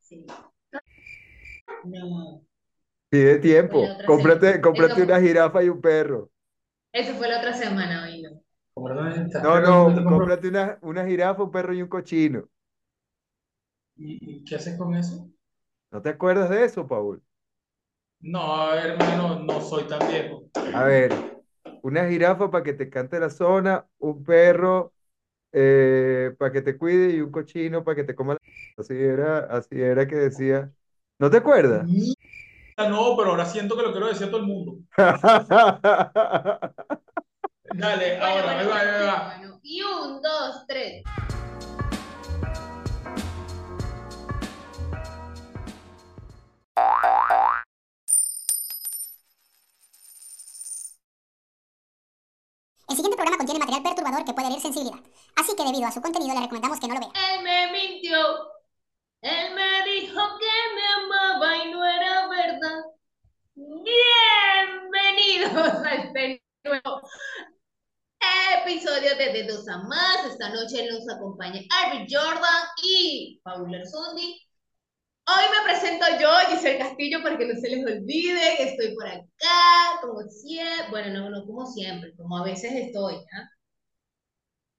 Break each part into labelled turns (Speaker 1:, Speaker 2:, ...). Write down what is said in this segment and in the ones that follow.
Speaker 1: Sí. No.
Speaker 2: Pide
Speaker 1: Fue la
Speaker 2: tiempo.
Speaker 1: otra semana.
Speaker 2: Cómprate, cómprate
Speaker 1: Eso,
Speaker 2: una jirafa y un perro.
Speaker 1: eso fue la otra semana, oído.
Speaker 3: Hombre, no, estás
Speaker 2: No,
Speaker 3: pegando, no te
Speaker 2: no,
Speaker 3: compro.
Speaker 2: cómprate una, una jirafa, un perro y un cochino.
Speaker 3: ¿Y, y qué haces con eso?
Speaker 2: ¿No te acuerdas de eso, Paul?
Speaker 3: No, hermano, no soy tan viejo.
Speaker 2: A ver, una jirafa para que te cante la zona, un perro eh, para que te cuide y un cochino para que te coma la... Así era, así era que decía. ¿No te acuerdas?
Speaker 3: Mierda, Ah, no, pero ahora siento que lo quiero decir a todo el mundo. Dale,
Speaker 1: Bueno,
Speaker 3: Eh,
Speaker 1: bueno,
Speaker 3: ahora, ahí va, ahí
Speaker 1: bueno,
Speaker 3: va. ahí
Speaker 1: bueno,
Speaker 3: va.
Speaker 1: bueno. Y un, dos, tres.
Speaker 4: El siguiente programa contiene material perturbador que puede herir sensibilidad, así que debido a su contenido le recomendamos que no lo vea.
Speaker 1: Él me mintió. Él me dijo que me amaba y no era verdad. Bienvenidos a este nuevo episodio de De Dos a Más. Esta noche nos acompaña Arby Jordan y Paula Erzundi. Hoy me presento yo, Giselle Castillo, para que no se les olvide que estoy por acá, como siempre. Bueno, no, no como siempre, como a veces estoy. ¿ah?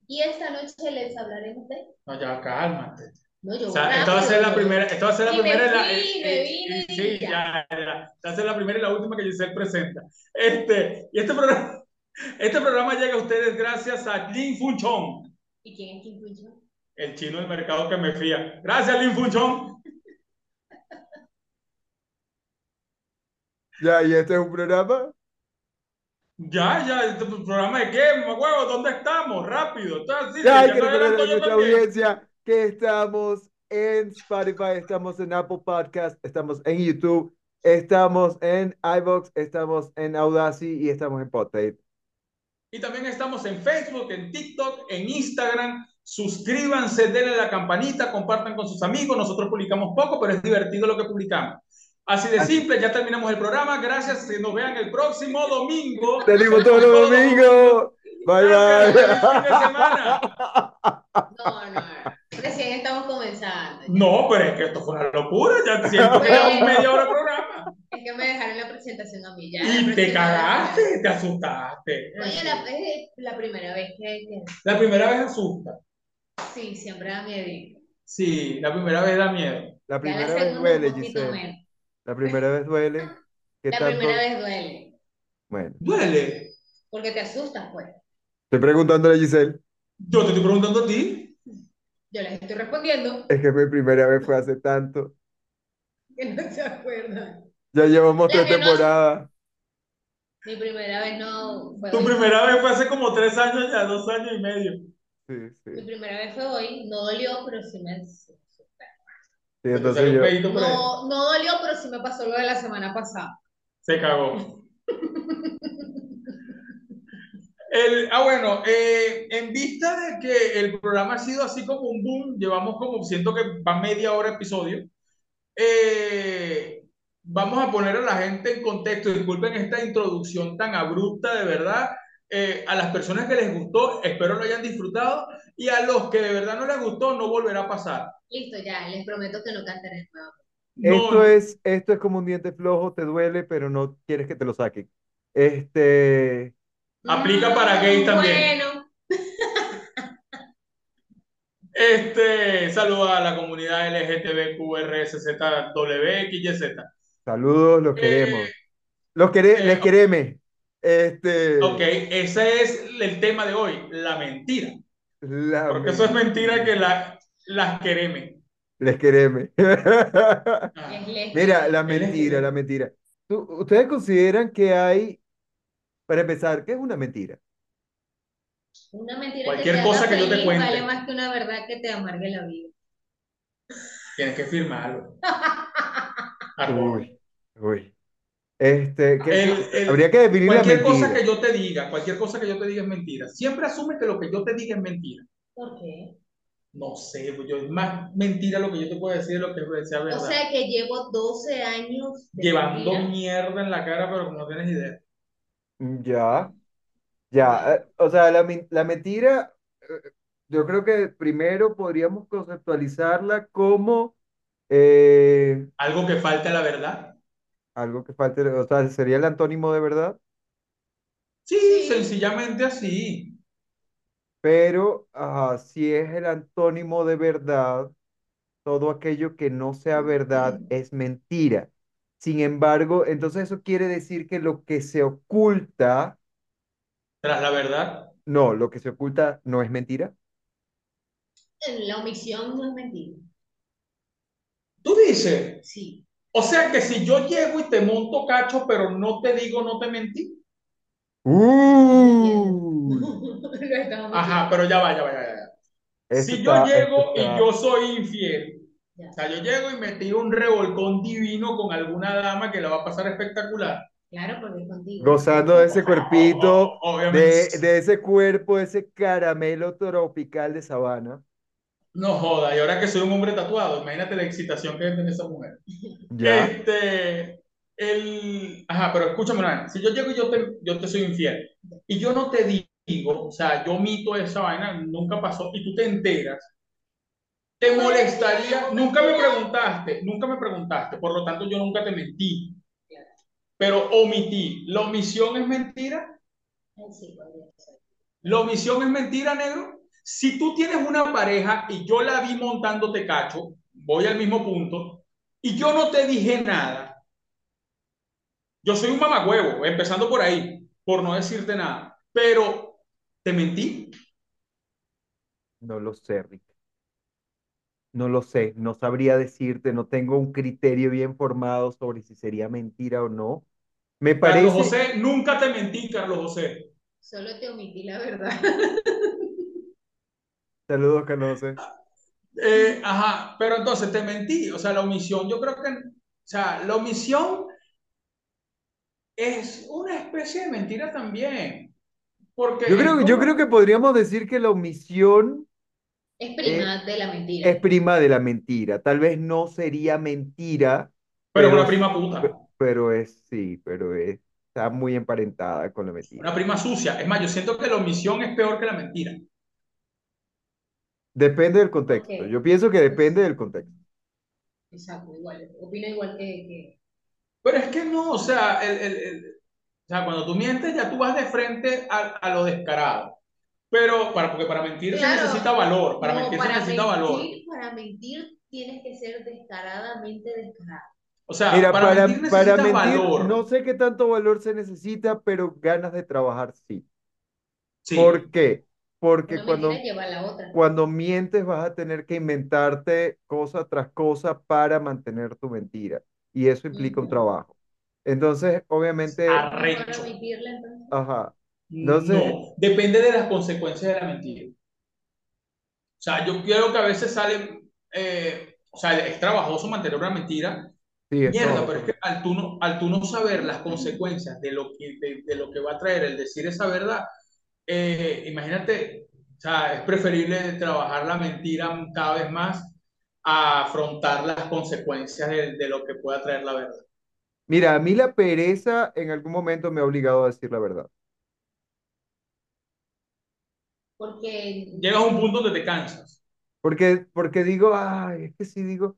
Speaker 1: Y esta noche les hablaremos de.
Speaker 3: No, ya, cálmate.
Speaker 1: No, yo
Speaker 3: O
Speaker 1: voy
Speaker 3: sea, esta va a
Speaker 1: rápido,
Speaker 3: ser la
Speaker 1: yo voy.
Speaker 3: primera, esta va a ser la
Speaker 1: Y me
Speaker 3: primera y la, eh,
Speaker 1: fui, me
Speaker 3: eh,
Speaker 1: vine
Speaker 3: eh,
Speaker 1: y
Speaker 3: sí,
Speaker 1: ya.
Speaker 3: ya, ya. Esta va a ser la primera y la última que Giselle presenta. Este, y este programa, este programa llega a ustedes gracias a Lin Fun Chong,
Speaker 1: ¿Y quién es Kim Pucho?
Speaker 3: el chino del mercado que me fía. Gracias, Lin Fun Chong.
Speaker 2: Ya, y este es un programa.
Speaker 3: Ya, ya, este programa de qué, huevo, ¿dónde estamos? Rápido. Entonces, sí,
Speaker 2: Ya hay
Speaker 3: sí, ya
Speaker 2: que
Speaker 3: estoy
Speaker 2: recordar
Speaker 3: hablando
Speaker 2: a
Speaker 3: yo
Speaker 2: nuestra
Speaker 3: también.
Speaker 2: audiencia que estamos en Spotify, estamos en Apple Podcast, estamos en YouTube, estamos en iVoox, estamos en Audacity y estamos en Podtape.
Speaker 3: Y también estamos en Facebook, en TikTok, en Instagram. Suscríbanse, denle a la campanita, compartan con sus amigos. Nosotros publicamos poco, pero es divertido lo que publicamos. Así de
Speaker 2: Así-
Speaker 3: simple, ya terminamos el programa. Gracias, que nos vean el próximo domingo.
Speaker 2: Salimos
Speaker 3: El
Speaker 2: todos los
Speaker 3: próximo domingo.
Speaker 2: domingos. Bye
Speaker 3: Gracias, feliz fin de semana.
Speaker 2: bye.
Speaker 1: No, no, no. Recién estamos comenzando. ya.
Speaker 3: No, pero es que esto fue una locura. Ya siento que llevamos media hora de programa.
Speaker 1: Es que me dejaron la presentación a mí. Ya, la
Speaker 3: Y te
Speaker 1: próxima vez ya.
Speaker 3: cagaste, te asustaste.
Speaker 1: Oye, la, es la primera vez que, que-
Speaker 3: La primera vez asusta.
Speaker 1: Sí, siempre da miedo.
Speaker 3: Sí, la primera vez da miedo.
Speaker 2: La
Speaker 1: Ya la
Speaker 2: primera vez
Speaker 1: segunda un
Speaker 2: duele,
Speaker 1: poquito
Speaker 2: Giselle.
Speaker 1: menos.
Speaker 2: La primera vez duele. ¿Qué
Speaker 1: La primera
Speaker 2: tanto?
Speaker 1: vez duele.
Speaker 2: Bueno,
Speaker 3: Duele.
Speaker 1: Porque te asustas, pues.
Speaker 2: estoy preguntándole a Giselle.
Speaker 3: Yo te estoy preguntando a ti.
Speaker 1: Yo les estoy respondiendo
Speaker 2: Es que mi primera vez fue hace tanto.
Speaker 1: que no se acuerdan.
Speaker 2: Ya llevamos
Speaker 1: La
Speaker 2: tres
Speaker 1: que no-
Speaker 2: temporadas.
Speaker 1: Mi primera vez no fue
Speaker 3: Tu
Speaker 1: hoy.
Speaker 3: primera vez fue hace como tres años ya, dos años y medio.
Speaker 2: Sí, sí.
Speaker 1: Mi primera vez fue hoy. No dolió, pero sí me asusté.
Speaker 2: Sí,
Speaker 3: Se te
Speaker 2: entonces
Speaker 3: salió un
Speaker 2: yo.
Speaker 3: pedito por ahí.
Speaker 1: No, no dolió, pero sí me pasó lo de la semana pasada.
Speaker 3: Se cagó. El, ah, bueno, eh, en vista de que el programa ha sido así como un boom, llevamos como, siento que va media hora episodio, eh, vamos a poner a la gente en contexto, disculpen esta introducción tan abrupta, de verdad, eh, a las personas que les gustó, espero lo hayan disfrutado, y a los que de verdad no les gustó, no volverá a pasar.
Speaker 1: Listo, ya, les prometo que no cantaré nuevo.
Speaker 3: No,
Speaker 2: Esto es, esto es como un diente flojo, te duele, pero no quieres que te lo saquen. Este,
Speaker 3: Aplica para gay también.
Speaker 1: Bueno,
Speaker 3: Este, saluda a la comunidad LGTBQRSZWXYZ.
Speaker 2: saludos, los
Speaker 3: Eh,
Speaker 2: queremos. Los quere-
Speaker 3: eh,
Speaker 2: les quereme. Este,
Speaker 3: ok, ese es el tema de hoy, la mentira.
Speaker 2: la
Speaker 3: Porque eso es mentira
Speaker 2: mentira.
Speaker 3: que la, las quereme.
Speaker 2: Les quereme.
Speaker 1: y es
Speaker 3: Ah,
Speaker 1: lésbica.
Speaker 2: Mira, la
Speaker 3: Él es
Speaker 2: mentira, la mentira. ¿Tú- ¿Ustedes consideran que hay, para empezar, qué es una mentira?
Speaker 1: Una mentira
Speaker 3: Cualquier
Speaker 1: que te
Speaker 3: cosa
Speaker 1: haga
Speaker 3: que yo te
Speaker 1: feliz
Speaker 3: cuente.
Speaker 1: vale más que una verdad que te amargue la vida.
Speaker 3: Tienes que firmarlo. Arroba.
Speaker 2: Uy, uy. Este, ¿qué-
Speaker 3: El- el-
Speaker 2: habría que definir la
Speaker 3: cualquier cosa
Speaker 2: mentira.
Speaker 3: que yo te diga, cualquier cosa que yo te diga es mentira. Siempre asume que lo que yo te diga es mentira.
Speaker 1: ¿Por qué?
Speaker 3: No sé, pues, yo, es más mentira lo que yo te puedo decir de lo que sea
Speaker 1: O
Speaker 3: verdad.
Speaker 1: sea que llevo 12 años de
Speaker 3: Llevando
Speaker 1: mentira.
Speaker 3: mierda en la cara, pero no tienes idea.
Speaker 2: Mm, Ya. Ya, eh, o sea, la, men- la mentira, eh, yo creo que primero podríamos conceptualizarla como Eh,
Speaker 3: Algo que falta la verdad.
Speaker 2: algo que falte, o sea, sería el antónimo de verdad,
Speaker 3: Sí,
Speaker 5: Sí.
Speaker 3: sencillamente así.
Speaker 2: pero ajá, si es el antónimo de verdad, todo aquello que no sea verdad es mentira. Sin embargo, entonces eso quiere decir que lo que se oculta,
Speaker 3: Tras la verdad.
Speaker 2: no, lo que se oculta no es mentira.
Speaker 5: La omisión no es mentira.
Speaker 3: Tú dices,
Speaker 5: Sí.
Speaker 3: o sea que si yo llego y te monto cacho, pero no te digo, no te mentí.
Speaker 2: Uy,
Speaker 5: Lo estamos
Speaker 3: Ajá, pero ya va, ya va, ya va, ya va.
Speaker 2: eso
Speaker 3: Si yo
Speaker 2: está-
Speaker 3: llego
Speaker 2: eso
Speaker 3: y
Speaker 2: está-
Speaker 3: yo soy infiel,
Speaker 5: Ya.
Speaker 3: o sea, yo llego y me tiro un revolcón divino con alguna dama que la va a pasar espectacular.
Speaker 5: Claro, porque es contigo.
Speaker 2: Gozando de ese cuerpito,
Speaker 3: O- o-
Speaker 2: de,
Speaker 3: obviamente.
Speaker 2: de ese cuerpo, ese caramelo tropical de sabana.
Speaker 3: No joda, y ahora que soy un hombre tatuado, imagínate la excitación que debe tener esa mujer.
Speaker 2: Ya.
Speaker 3: Este, el, ajá, pero escúchame una vaina. Si yo llego y yo te, yo te soy infiel y yo no te digo, o sea, yo mito esa vaina, nunca pasó y tú te enteras, te molestaría. Nunca me preguntaste, nunca me preguntaste, por lo tanto yo nunca te mentí, pero omití. ¿La omisión es mentira?
Speaker 5: Ay, sí, podría ser.
Speaker 3: ¿La omisión es mentira, negro? Si tú tienes una pareja y yo la vi montándote cacho, voy al mismo punto, y yo no te dije nada, yo soy un mamagüevo, empezando por ahí, por no decirte nada, pero ¿te mentí?
Speaker 2: No lo sé, Rick. No lo sé, no sabría decirte, no tengo un criterio bien formado sobre si sería mentira o no. Me parece,
Speaker 3: Carlos José, nunca te mentí, Carlos José.
Speaker 5: Solo te omití la verdad.
Speaker 2: saludos, Carlos José.
Speaker 3: Ah, Eh, ajá, pero entonces te mentí, o sea, la omisión, yo creo que, o sea, la omisión es una especie de mentira también, porque
Speaker 2: Yo
Speaker 3: es
Speaker 2: creo, yo
Speaker 3: como-
Speaker 2: creo que podríamos decir que la omisión
Speaker 5: Es prima
Speaker 2: Eh,
Speaker 5: de la mentira.
Speaker 2: es prima de la mentira. Tal vez no sería mentira,
Speaker 3: Pero es
Speaker 2: pero,
Speaker 3: una prima puta,
Speaker 2: pero es, sí, pero es- está muy emparentada con la mentira.
Speaker 3: una prima sucia. Es más, yo siento que la omisión es peor que la mentira.
Speaker 2: Depende del contexto.
Speaker 5: Ok.
Speaker 2: Yo pienso que depende del contexto.
Speaker 5: Exacto, igual. Opino igual que, que-
Speaker 3: Pero es que no, o sea, el- el- el- o sea, cuando tú mientes ya tú vas de frente a, a lo descarado. Pero para, porque para mentir
Speaker 5: Claro.
Speaker 3: se necesita valor, para
Speaker 5: No,
Speaker 3: mentir
Speaker 5: para
Speaker 3: se necesita valor.
Speaker 5: mentir, para mentir tienes que ser descaradamente descarado.
Speaker 3: O sea,
Speaker 2: Mira,
Speaker 3: Ah, para,
Speaker 2: para,
Speaker 3: mentir
Speaker 2: para
Speaker 3: necesitas
Speaker 2: mentir,
Speaker 3: valor.
Speaker 2: no sé qué tanto valor se necesita, pero ganas de trabajar sí.
Speaker 3: Sí.
Speaker 2: ¿Por qué? Porque
Speaker 5: Una
Speaker 2: cuando,
Speaker 5: mentira lleva a la otra.
Speaker 2: cuando mientes vas a tener que inventarte cosa tras cosa para mantener tu mentira. Y eso implica un
Speaker 5: Ujú.
Speaker 2: trabajo. Entonces, obviamente,
Speaker 3: Arre-
Speaker 5: Para
Speaker 3: Arrecho.
Speaker 5: omitirla, entonces.
Speaker 2: ajá. No sé.
Speaker 3: No, depende de las consecuencias de la mentira. O sea, yo creo que a veces sale, eh, o sea, es trabajoso mantener una mentira.
Speaker 2: Sí, es
Speaker 3: Mierda,
Speaker 2: trabajo.
Speaker 3: pero es que al tú no, al tú no saber las consecuencias de lo que, de, de lo que va a traer el decir esa verdad, eh, imagínate, o sea, es preferible trabajar la mentira cada vez más a afrontar las consecuencias de, de lo que pueda traer la verdad.
Speaker 2: Mira, a mí la pereza en algún momento me ha obligado a decir la verdad.
Speaker 5: Porque
Speaker 3: Llegas a un punto donde te cansas.
Speaker 2: Porque, porque digo, ay, es que sí digo,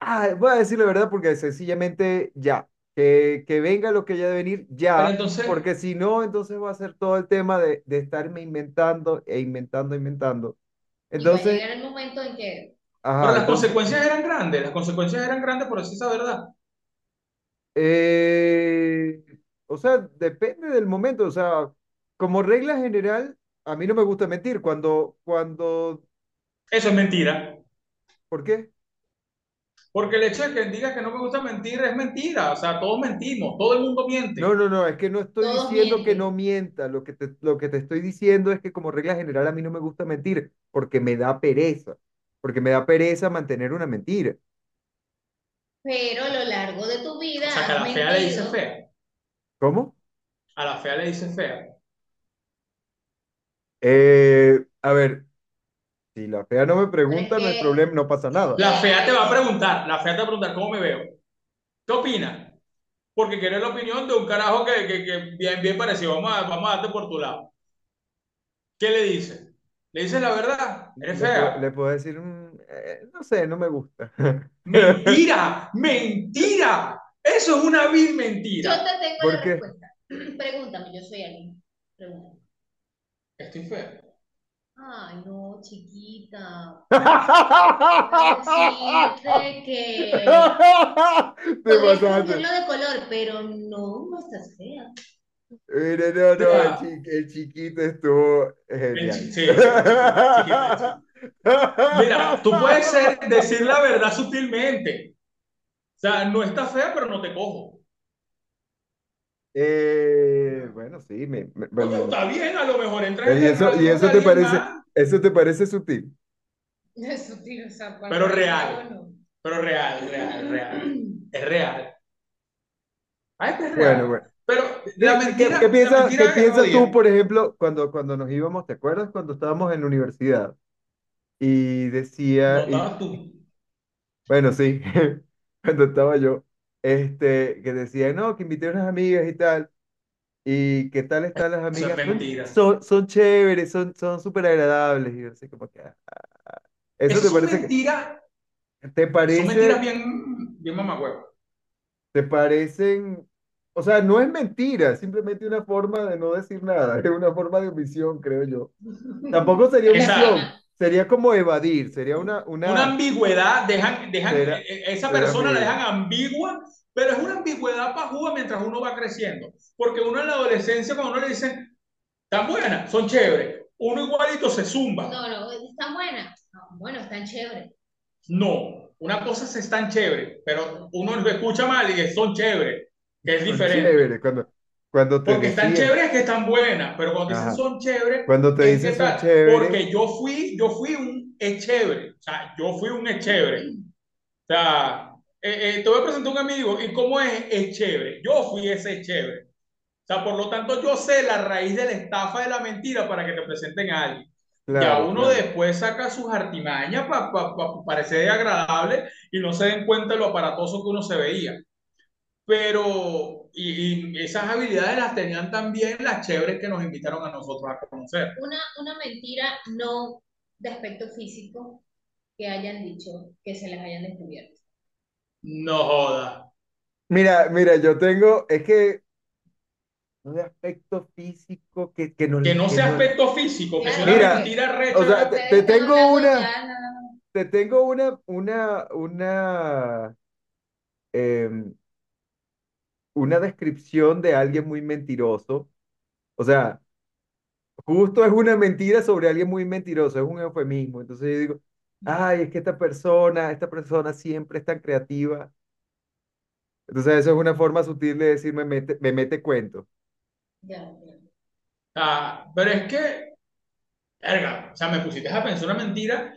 Speaker 2: ay, voy a decir la verdad porque sencillamente ya, que, que venga lo que haya de venir,
Speaker 3: Pero
Speaker 2: ya,
Speaker 3: entonces,
Speaker 2: Ah, porque si no, entonces va a ser todo el tema de, de estarme inventando e inventando, inventando.
Speaker 5: y va a
Speaker 2: Entonces,
Speaker 5: llegar el momento en que
Speaker 3: pero
Speaker 2: ajá,
Speaker 3: las
Speaker 2: entonces,
Speaker 3: consecuencias eran grandes, las consecuencias eran grandes por decir esa verdad.
Speaker 2: eh, o sea, depende del momento, o sea, como regla general, a mí no me gusta mentir, cuando, cuando,
Speaker 3: Eso es mentira.
Speaker 2: ¿por qué?
Speaker 3: Porque el hecho de que digas que no me gusta mentir es mentira. O sea, todos mentimos, todo el mundo miente.
Speaker 2: No, no, no, es que no estoy
Speaker 5: Todos
Speaker 2: diciendo que
Speaker 5: mienten.
Speaker 2: no mienta, lo que te, lo que te estoy diciendo es que como regla general a mí no me gusta mentir porque me da pereza, porque me da pereza mantener una mentira.
Speaker 5: Pero a lo largo de tu vida
Speaker 3: O sea, que a
Speaker 5: has
Speaker 3: la fea le dice
Speaker 5: mentido.
Speaker 3: fea.
Speaker 2: ¿Cómo?
Speaker 3: A la fea le dice fea.
Speaker 2: Eh, a ver, si la fea no me pregunta, no hay
Speaker 5: que-
Speaker 2: problema, no pasa nada.
Speaker 3: La fea te va a preguntar, la fea te va a preguntar cómo me veo. ¿Qué opinas? Porque quiere la opinión de un carajo que, que- que bien, bien parecido. Vamos a, vamos a darte por tu lado. ¿Qué le dice? ¿Le dices la verdad? Eres
Speaker 2: Le puedo,
Speaker 3: fea.
Speaker 2: le puedo decir, mm, eh, no sé, no me gusta.
Speaker 3: Mentira, mentira. Eso es una vil
Speaker 1: Yo
Speaker 3: mentira.
Speaker 1: te tengo
Speaker 2: ¿Por
Speaker 1: la
Speaker 2: qué?
Speaker 1: respuesta. Pregúntame, yo soy alguien. Pregúntame.
Speaker 3: Estoy feo.
Speaker 1: Ay, no, chiquita. Decirte que.
Speaker 2: Te
Speaker 1: Podrías
Speaker 2: pasaste.
Speaker 1: cambiarlo de color, pero no, no estás fea.
Speaker 2: Mira, no, no, el,
Speaker 3: Ya.
Speaker 2: chi- el chiquito estuvo
Speaker 3: El
Speaker 2: genial.
Speaker 3: chi- sí, el chiquito. Mira, tú puedes ser- decir la verdad sutilmente. O sea, no está fea, pero no te cojo.
Speaker 2: Eh, bueno, sí, me, me- me-
Speaker 3: Oye, está bien, a lo mejor entra en
Speaker 2: ¿Y
Speaker 3: el
Speaker 2: eso, y
Speaker 3: rango de
Speaker 2: eso te
Speaker 3: alguien
Speaker 2: parece,
Speaker 3: más,
Speaker 2: eso te parece sutil?
Speaker 1: Es sutil esa parte.
Speaker 3: Pero real. pero real, real, real. Es real. Ah, este es real.
Speaker 2: Bueno, bueno.
Speaker 3: Pero la
Speaker 2: ¿Qué, qué-
Speaker 3: mentira,
Speaker 2: qué
Speaker 3: la
Speaker 2: piensas,
Speaker 3: mentira
Speaker 2: qué
Speaker 3: que
Speaker 2: piensas
Speaker 3: odia.
Speaker 2: tú, pues, por ejemplo, cuando, cuando nos íbamos, ¿te acuerdas cuando estábamos en la universidad? Y
Speaker 3: No
Speaker 2: decía, y-
Speaker 3: estabas tú.
Speaker 2: Bueno, sí, cuando estaba yo, este, que decía, no, que invité a unas amigas y tal, y qué tal están las
Speaker 3: Eso es
Speaker 2: amigas, son,
Speaker 3: mentira.
Speaker 2: son, son chéveres, son, son súper agradables, y yo así como que, "Ah". ¿eso
Speaker 3: Esas
Speaker 2: te
Speaker 3: son
Speaker 2: parece que,
Speaker 3: mentiras,
Speaker 2: te
Speaker 3: son mentiras
Speaker 2: parece,
Speaker 3: bien, bien mamagüevo.
Speaker 2: te parecen, o sea, no es mentira, es simplemente una forma de no decir nada, es una forma de omisión, creo yo. Tampoco sería
Speaker 3: Exacto.
Speaker 2: omisión, sería como evadir, sería una,
Speaker 3: Una
Speaker 2: una,
Speaker 3: ambigüedad, dejan, dejan,
Speaker 2: Será-
Speaker 3: eh, eh, esa
Speaker 2: será
Speaker 3: persona la
Speaker 2: ambigua.
Speaker 3: dejan ambigua, pero es una ambigüedad pajúa mientras uno va creciendo. Porque uno en la adolescencia, cuando uno le dicen, tan buenas, son chéveres, uno igualito se zumba.
Speaker 1: No, no, están buenas. No, bueno, están chéveres.
Speaker 3: No, una cosa es están chéveres, pero uno lo escucha mal y es son chéveres, que es
Speaker 2: son
Speaker 3: diferente.
Speaker 2: chéveres, cuando, cuando te
Speaker 3: Porque están
Speaker 2: decían.
Speaker 3: chéveres es que están buenas, pero cuando dicen
Speaker 2: Ajá.
Speaker 3: son chéveres,
Speaker 2: Cuando te
Speaker 3: es que
Speaker 2: dicen son
Speaker 3: tal.
Speaker 2: chéveres,
Speaker 3: Porque yo fui, yo fui un es chévere. O sea, yo fui un es chévere. O sea, eh, eh, te voy a presentar un amigo y cómo es es chévere. Yo fui ese es chévere. O sea, por lo tanto, yo sé la raíz de la estafa de la mentira para que te presenten a alguien. Ya
Speaker 2: claro,
Speaker 3: uno
Speaker 2: claro.
Speaker 3: después saca sus artimañas para parecer agradable y no se den cuenta de lo aparatoso que uno se veía. Pero, y, y esas habilidades las tenían también las chéveres que nos invitaron a nosotros a conocer.
Speaker 1: Una, una mentira no de aspecto físico que hayan dicho, que se les hayan descubierto.
Speaker 3: No joda.
Speaker 2: Mira, mira, yo tengo, es que un aspecto físico que, que no,
Speaker 3: Que no
Speaker 2: que
Speaker 3: sea
Speaker 2: no-
Speaker 3: aspecto físico, que sea una
Speaker 2: Mira,
Speaker 3: mentira recha.
Speaker 2: o sea, Ah, te,
Speaker 1: Ustedes
Speaker 2: te
Speaker 1: están
Speaker 2: tengo
Speaker 1: hablando
Speaker 2: una,
Speaker 1: ya, nada.
Speaker 2: te tengo una, una, una, em, una descripción de alguien muy mentiroso. O sea, justo es una mentira sobre alguien muy mentiroso, es un eufemismo. Entonces yo digo, ay, es que esta persona, esta persona siempre es tan creativa. Entonces eso es una forma sutil de decir, me mete, me mete cuento.
Speaker 1: Ya, ya.
Speaker 3: Ah, pero es que, verga, o sea, me pusiste a pensar una mentira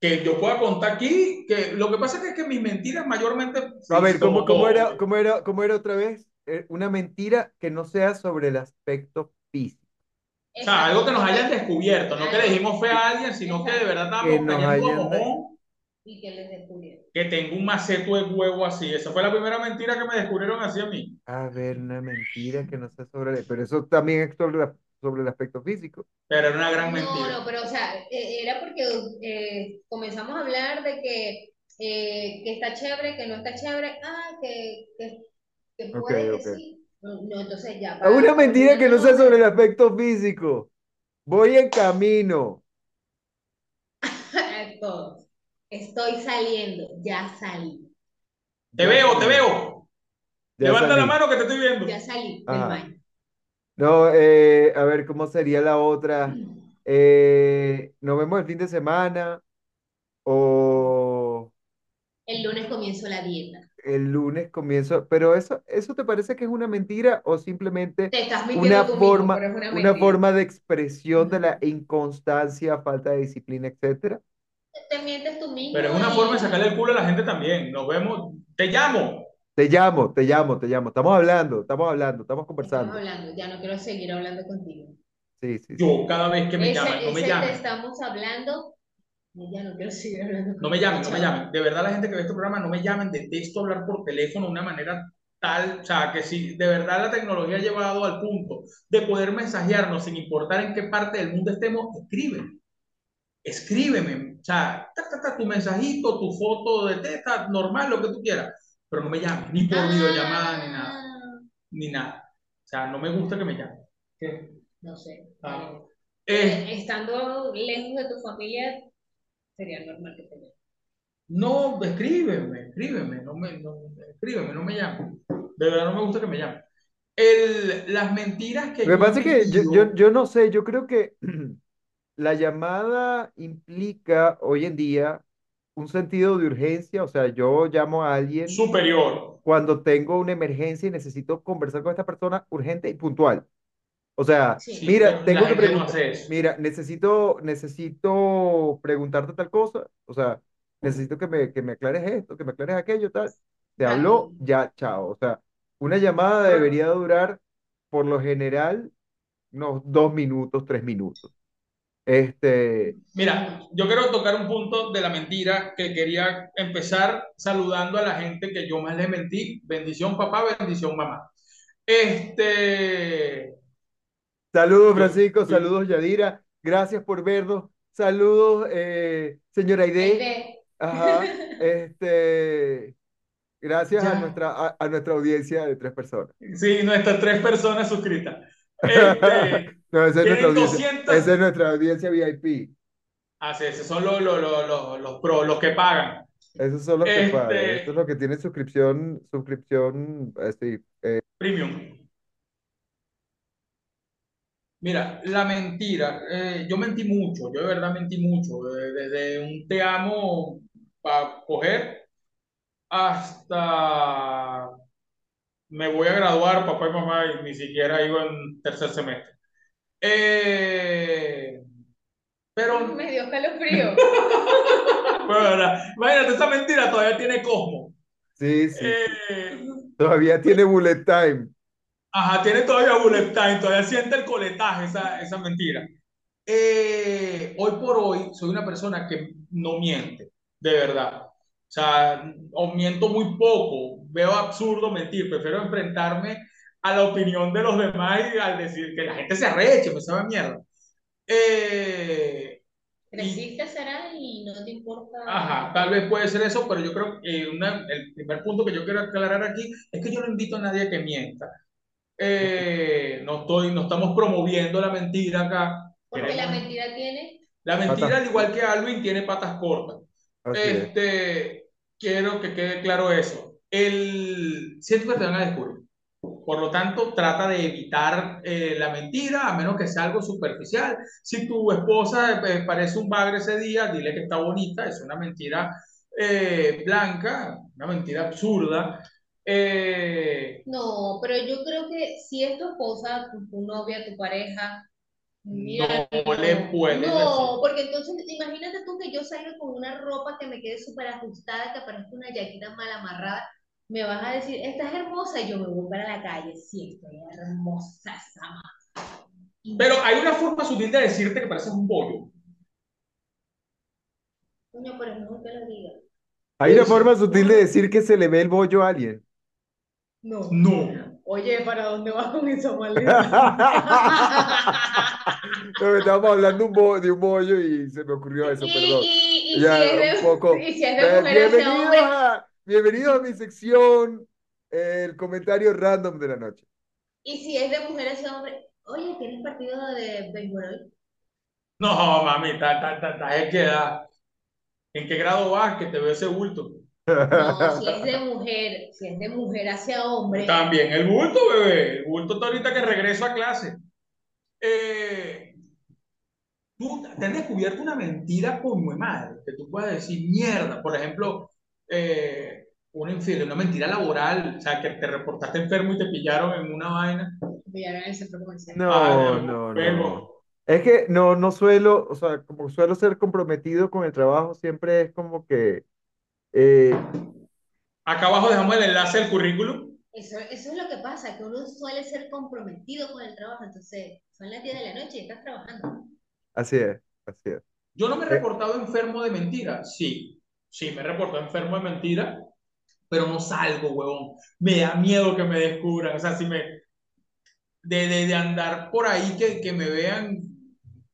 Speaker 3: que yo pueda contar aquí, que lo que pasa es que mis mentiras mayormente,
Speaker 2: A
Speaker 3: sí,
Speaker 2: ver, ¿cómo,
Speaker 3: como
Speaker 2: cómo
Speaker 3: todo,
Speaker 2: era, cómo era, cómo era otra vez? Eh, una mentira que no sea sobre el aspecto físico,
Speaker 3: O sea, algo que nos
Speaker 1: Exacto.
Speaker 3: hayan descubierto, no que le dijimos fe a alguien, sino que de verdad
Speaker 2: que
Speaker 3: estábamos
Speaker 2: nos
Speaker 3: cayendo como
Speaker 2: hayan... de-
Speaker 3: mojón.
Speaker 1: Y que les descubrieron.
Speaker 3: que tengo un maceto de huevo así. Esa fue la primera mentira que me descubrieron así a mí.
Speaker 2: A ver, una mentira que no sea sobre el... Pero eso también es sobre, la- sobre el aspecto físico.
Speaker 3: Pero era una gran
Speaker 1: No,
Speaker 3: mentira.
Speaker 1: no, pero o sea, e- era porque eh, comenzamos a hablar de que, eh, que está chévere, que no está chévere, ah, que, que, que
Speaker 2: Ok,
Speaker 1: puede que
Speaker 2: ok.
Speaker 1: sí. No, no, entonces ya,
Speaker 2: A una
Speaker 1: para
Speaker 2: mentira que no sea sobre el
Speaker 1: terminar,
Speaker 2: aspecto físico. Voy en camino.
Speaker 1: todos. Estoy saliendo, ya salí,
Speaker 3: Te
Speaker 2: Ya
Speaker 3: veo, te
Speaker 2: salí,
Speaker 3: veo.
Speaker 2: ya
Speaker 3: Levanta la
Speaker 2: salí.
Speaker 3: mano que te estoy viendo.
Speaker 1: ya salí del
Speaker 2: Ajá.
Speaker 1: baño.
Speaker 2: No, eh, a ver, ¿cómo sería la otra? Eh, nos vemos el fin de semana o...
Speaker 1: El lunes comienzo la dieta.
Speaker 2: El lunes comienzo, pero eso, ¿eso te parece que es una mentira o simplemente
Speaker 1: Te estás
Speaker 2: una
Speaker 1: mintiendo tú mismo,
Speaker 2: forma,
Speaker 1: pero es una
Speaker 2: una
Speaker 1: mentira.
Speaker 2: forma de expresión de la inconstancia, falta de disciplina, etcétera?
Speaker 1: Te mientes tú mismo
Speaker 3: Pero es una
Speaker 1: y-
Speaker 3: forma de sacarle el culo a la gente también. Nos vemos. Te llamo.
Speaker 2: Te llamo, te llamo, te llamo. Estamos hablando, estamos hablando, estamos
Speaker 1: Estamos
Speaker 2: conversando.
Speaker 1: hablando, ya no quiero seguir hablando contigo.
Speaker 2: Sí, sí, sí.
Speaker 3: Yo, cada vez que me
Speaker 1: Ese,
Speaker 3: llaman, no me
Speaker 1: ese te
Speaker 3: llamen.
Speaker 1: estamos hablando. Ya no quiero seguir hablando
Speaker 3: No me llamen, no me llamen. De verdad, la gente que ve este programa, no me llamen. Detesto hablar por teléfono de una manera tal. O sea, que si de verdad la tecnología ha llevado al punto de poder mensajearnos sin importar en qué parte del mundo estemos, escribe. escríbeme. O sea, ta, ta, ta, tu mensajito, tu foto de teta, normal, lo que tú quieras. Pero no me llames, ni
Speaker 1: Ah.
Speaker 3: por videollamada, ni nada. Ni nada. O sea, no me gusta que me llamen. ¿Qué?
Speaker 1: No sé.
Speaker 3: Ah. Eh,
Speaker 1: Eh, Estando lejos de tu familia, sería normal que te llamen.
Speaker 3: No, escríbeme, escríbeme, no me, no, escríbeme, no me llamen. De verdad no me gusta que me llamen. El, las mentiras que
Speaker 2: Lo que
Speaker 3: yo
Speaker 2: pasa es
Speaker 3: he
Speaker 2: que yo,
Speaker 3: vivido-
Speaker 2: yo, yo no sé, yo creo que la llamada implica hoy en día un sentido de urgencia, o sea, yo llamo a alguien
Speaker 3: superior.
Speaker 2: cuando tengo una emergencia y necesito conversar con esta persona urgente y puntual. O sea,
Speaker 1: Sí.
Speaker 3: Sí,
Speaker 2: Mira,
Speaker 3: pero
Speaker 2: tengo
Speaker 3: la
Speaker 2: que
Speaker 3: gente no
Speaker 2: preguntar.
Speaker 3: hace eso.
Speaker 2: mira, necesito, necesito preguntarte tal cosa, o sea, necesito que me, que me aclares esto, que me aclares aquello, tal. Te
Speaker 1: Ah.
Speaker 2: habló, ya, chao. O sea, una llamada
Speaker 3: Pero-
Speaker 2: debería durar, por lo general, unos dos minutos, tres minutos. Este,
Speaker 3: Mira, yo quiero tocar un punto de la mentira que quería empezar saludando a la gente que yo más le mentí. Bendición papá, bendición mamá. Este,
Speaker 2: Saludos,
Speaker 3: Yo-
Speaker 2: Francisco.
Speaker 3: yo-
Speaker 2: Saludos, Yadira. Gracias por vernos. Saludos, eh, señora Aide.
Speaker 1: Aide.
Speaker 2: Ajá. Este, gracias a
Speaker 3: Ya.
Speaker 2: nuestra, a, a nuestra audiencia de tres personas.
Speaker 3: sí, nuestras tres personas suscritas. Este,
Speaker 2: No, esa es
Speaker 3: Tienen
Speaker 2: nuestra audiencia.
Speaker 3: 200.
Speaker 2: Esa es nuestra audiencia VIP.
Speaker 3: así es, Ah, son los, los, los, los, los pro, los que pagan.
Speaker 2: Esos son los que
Speaker 3: Este-
Speaker 2: pagan. Estos son los que tienen suscripción, suscripción, eh, sí.
Speaker 3: Premium. Mira, la mentira. eh, yo mentí mucho, yo de verdad mentí mucho. eh, Desde un te amo para coger hasta me voy a graduar, papá y mamá, y ni siquiera iba en tercer semestre. Eh, pero,
Speaker 1: Me dio calofrío.
Speaker 3: bueno, de verdad, imagínate, esa mentira todavía tiene Cosmo.
Speaker 2: Sí, sí.
Speaker 3: Eh,
Speaker 2: Todavía tiene bullet time.
Speaker 3: Ajá, tiene todavía bullet time, todavía siente el coletaje esa, esa mentira. Eh, hoy por hoy soy una persona que no miente, de verdad. O sea, o miento muy poco, veo absurdo mentir, prefiero enfrentarme a la opinión de los demás y al decir que la gente se arreche, me sabe a mierda. Eh,
Speaker 1: Creciste, será, y no te importa.
Speaker 3: Ajá, tal vez puede ser eso, pero yo creo que una- el primer punto que yo quiero aclarar aquí es que yo no invito a nadie a que mienta. Eh, no estoy, no estamos promoviendo la mentira acá.
Speaker 1: Porque la
Speaker 3: Queremos-
Speaker 1: mentira tiene.
Speaker 3: la mentira,
Speaker 2: Patas.
Speaker 3: al igual que Alvin, tiene patas cortas.
Speaker 2: Así es.
Speaker 3: Este, quiero que quede claro eso. El, siento que te van a descubrir. Por lo tanto, trata de evitar eh, la mentira, a menos que sea algo superficial. Si tu esposa eh, parece un bagre ese día, dile que está bonita. Es una mentira eh, blanca, una mentira absurda. Eh,
Speaker 1: No, pero yo creo que si es tu esposa, tu, tu novia, tu pareja. Mira,
Speaker 3: no le puedes
Speaker 1: No, porque entonces imagínate tú que yo salga con una ropa que me quede súper ajustada, que parezca una yaquita mal amarrada. Me vas a decir, estás hermosa, y yo me voy para la calle. Sí, estoy hermosa, Sama. Y-
Speaker 3: decir. Pero hay una forma sutil de decirte que pareces un bollo.
Speaker 1: Coño, pero es mejor que lo diga.
Speaker 2: Hay una
Speaker 3: eso.
Speaker 2: forma sutil de decir que se le ve el bollo a alguien.
Speaker 1: No.
Speaker 3: No.
Speaker 1: Oye, ¿para dónde vas con esa
Speaker 2: No, estábamos hablando un bo- de un bollo y se me ocurrió eso,
Speaker 1: Y,
Speaker 2: perdón.
Speaker 1: y, y
Speaker 2: Ya,
Speaker 1: si es de,
Speaker 2: un poco.
Speaker 1: y si es de mujer
Speaker 2: Eh,
Speaker 1: hacia
Speaker 2: bienvenidos
Speaker 1: hombre,
Speaker 2: a, bienvenidos a mi sección, eh, el comentario random de la noche.
Speaker 1: y si es de mujer hacia hombre, oye, ¿tienes partido de béisbol hoy?
Speaker 3: No, mami, ta, ta, ta, ta, es que, ah, ¿en qué grado vas que te veo ese bulto?
Speaker 1: No, si es de mujer, si es de mujer hacia hombre,
Speaker 3: También el bulto, bebé. El bulto está ahorita que regreso a clase. Eh, tú te has descubierto una mentira como de madre, que tú puedas decir mierda. Por ejemplo, eh, una infidelidad, una mentira laboral, o sea, que te reportaste enfermo y te pillaron en una vaina.
Speaker 1: miraron en el centro comercial.
Speaker 2: No,
Speaker 3: Ah,
Speaker 2: no, no.
Speaker 3: huevo.
Speaker 2: Es que no, no suelo, o sea, como suelo ser comprometido con el trabajo, siempre es como que eh,
Speaker 3: Acá abajo dejamos el enlace del currículum.
Speaker 1: Eso, eso es lo que pasa, que uno suele ser comprometido con el trabajo, entonces son las 10 de la noche y estás trabajando.
Speaker 2: así es, así es.
Speaker 3: Yo no me he
Speaker 2: Eh.
Speaker 3: reportado enfermo de mentira. Sí, sí, me he reportado enfermo de mentira, pero no salgo, huevón. Me da miedo que me descubran. O sea, si me. De, de, de andar por ahí que, que me vean.